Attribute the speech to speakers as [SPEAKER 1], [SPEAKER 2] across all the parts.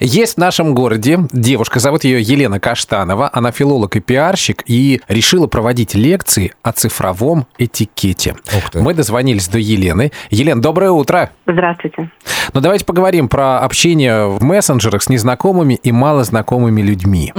[SPEAKER 1] Есть в нашем городе девушка, зовут ее Елена Каштанова. Она филолог и пиарщик и решила проводить лекции о цифровом этикете.
[SPEAKER 2] Ух ты.
[SPEAKER 1] Мы дозвонились до Елены. Елен, доброе утро.
[SPEAKER 3] Здравствуйте.
[SPEAKER 1] Ну, давайте поговорим про общение в мессенджерах с незнакомыми и малознакомыми людьми.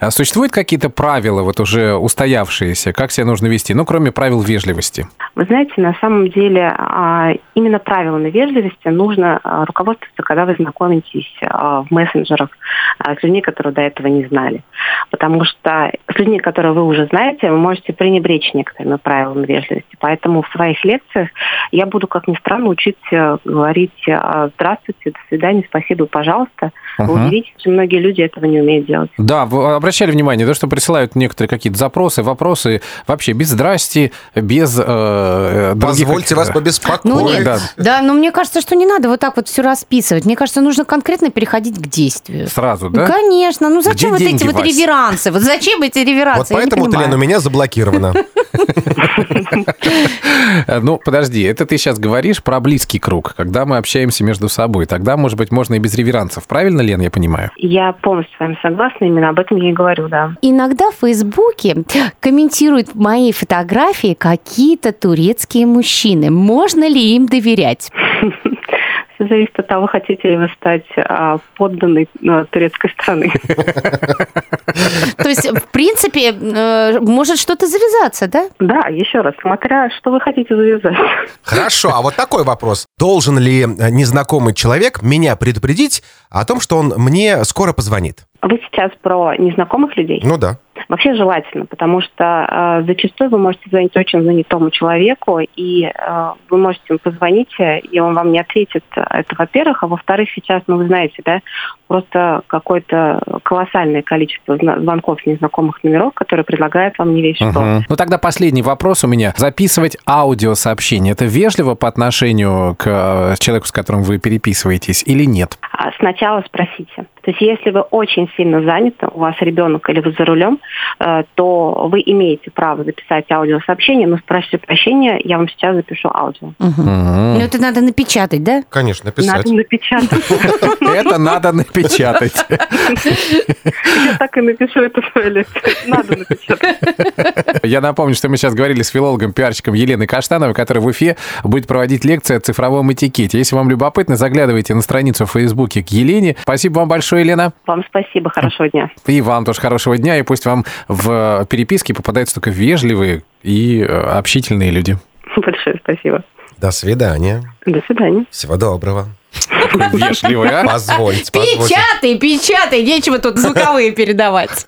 [SPEAKER 1] А Существуют какие-то правила, вот уже устоявшиеся, как себя нужно вести, ну, кроме правил вежливости?
[SPEAKER 3] Вы знаете, на самом деле а, именно правилами вежливости нужно а, руководствоваться, когда вы знакомитесь а, в мессенджерах а, с людьми, которые до этого не знали. Потому что с людьми, которые вы уже знаете, вы можете пренебречь некоторыми правилами вежливости. Поэтому в своих лекциях я буду, как ни странно, учить э, говорить а, «здравствуйте», «до свидания», «спасибо», и «пожалуйста». Вы
[SPEAKER 1] Мгм.
[SPEAKER 3] удивитесь, что многие люди этого не умеют делать.
[SPEAKER 1] Да, вы обращали внимание, то, что присылают некоторые какие-то запросы, вопросы вообще без здрасти, без... э, других
[SPEAKER 2] Позвольте
[SPEAKER 1] каких-то-
[SPEAKER 2] вас
[SPEAKER 1] Ой,
[SPEAKER 2] побеспокоить.
[SPEAKER 1] Ну, нет. да.
[SPEAKER 4] Да, но мне кажется, что не надо вот так вот все расписывать. Мне кажется, нужно конкретно переходить к действию.
[SPEAKER 1] Сразу,
[SPEAKER 4] Ну,
[SPEAKER 1] да?
[SPEAKER 4] конечно. Ну,
[SPEAKER 1] Где
[SPEAKER 4] зачем вот
[SPEAKER 1] деньги,
[SPEAKER 4] эти вот
[SPEAKER 1] Вась?
[SPEAKER 4] реверансы? Вот зачем эти реверансы?
[SPEAKER 2] Вот
[SPEAKER 4] Я не
[SPEAKER 2] поэтому,
[SPEAKER 4] понимаю.
[SPEAKER 2] Лен, у меня заблокировано.
[SPEAKER 1] Э, Ну, подожди, это ты сейчас говоришь про близкий круг, когда мы общаемся между собой. Тогда, может быть, можно и без реверансов. Правильно, Лен, я понимаю?
[SPEAKER 3] Я полностью с вами согласна, именно об этом я и говорю, да.
[SPEAKER 4] Иногда в Фейсбуке комментируют мои фотографии какие-то турецкие мужчины. Можно ли им доверять?
[SPEAKER 3] Все зависит от того, хотите ли вы стать а, подданной ну, турецкой страны.
[SPEAKER 4] То есть, в принципе, э, может что-то завязаться, да?
[SPEAKER 3] Да, еще раз, смотря что вы хотите завязать.
[SPEAKER 2] Хорошо, а вот такой вопрос. Должен ли э, незнакомый человек меня предупредить о том, что он мне скоро позвонит?
[SPEAKER 3] Вы сейчас про незнакомых людей?
[SPEAKER 2] Ну да.
[SPEAKER 3] Вообще желательно, потому что э, зачастую вы можете звонить очень занятому человеку, и э, вы можете ему позвонить, э, и он вам не ответит. Это во-первых. А во-вторых, сейчас, ну вы знаете, да, просто какое-то колоссальное количество зна- звонков с незнакомых номеров, которые предлагают вам не весь что.
[SPEAKER 1] Мгм. Ну, тогда последний вопрос у меня. Записывать аудиосообщение. Это вежливо по отношению к э, человеку, с которым вы переписываетесь, или нет?
[SPEAKER 3] А, сначала спросите. То есть если вы очень сильно заняты, у вас ребенок или вы за рулем, э, то вы имеете право записать аудиосообщение, но спросите прощения, я вам сейчас запишу аудио.
[SPEAKER 4] Мгм. Ну,
[SPEAKER 1] Мгм.
[SPEAKER 4] это надо напечатать, да?
[SPEAKER 2] Конечно, писать.
[SPEAKER 3] Надо напечатать.
[SPEAKER 1] Это надо напечатать.
[SPEAKER 3] Я так и напишу это в свою лекцию. Надо напечатать.
[SPEAKER 1] Я напомню, что мы сейчас говорили с филологом, пиарщиком Еленой Каштановой, которая в Уфе будет проводить лекции о цифровом этикете. Если вам любопытно, заглядывайте на страницу в Фейсбуке к Елене. Спасибо вам большое, Елена.
[SPEAKER 3] Вам спасибо, хорошего дня.
[SPEAKER 1] И вам тоже хорошего дня, и пусть вам в э, переписке попадаются только вежливые и э, общительные люди.
[SPEAKER 3] Большое спасибо.
[SPEAKER 2] До свидания.
[SPEAKER 3] До свидания.
[SPEAKER 2] Всего доброго.
[SPEAKER 1] Вежливые, а?
[SPEAKER 2] Позвольте, позвольте.
[SPEAKER 4] Печатай, печатай, нечего тут звуковые передавать.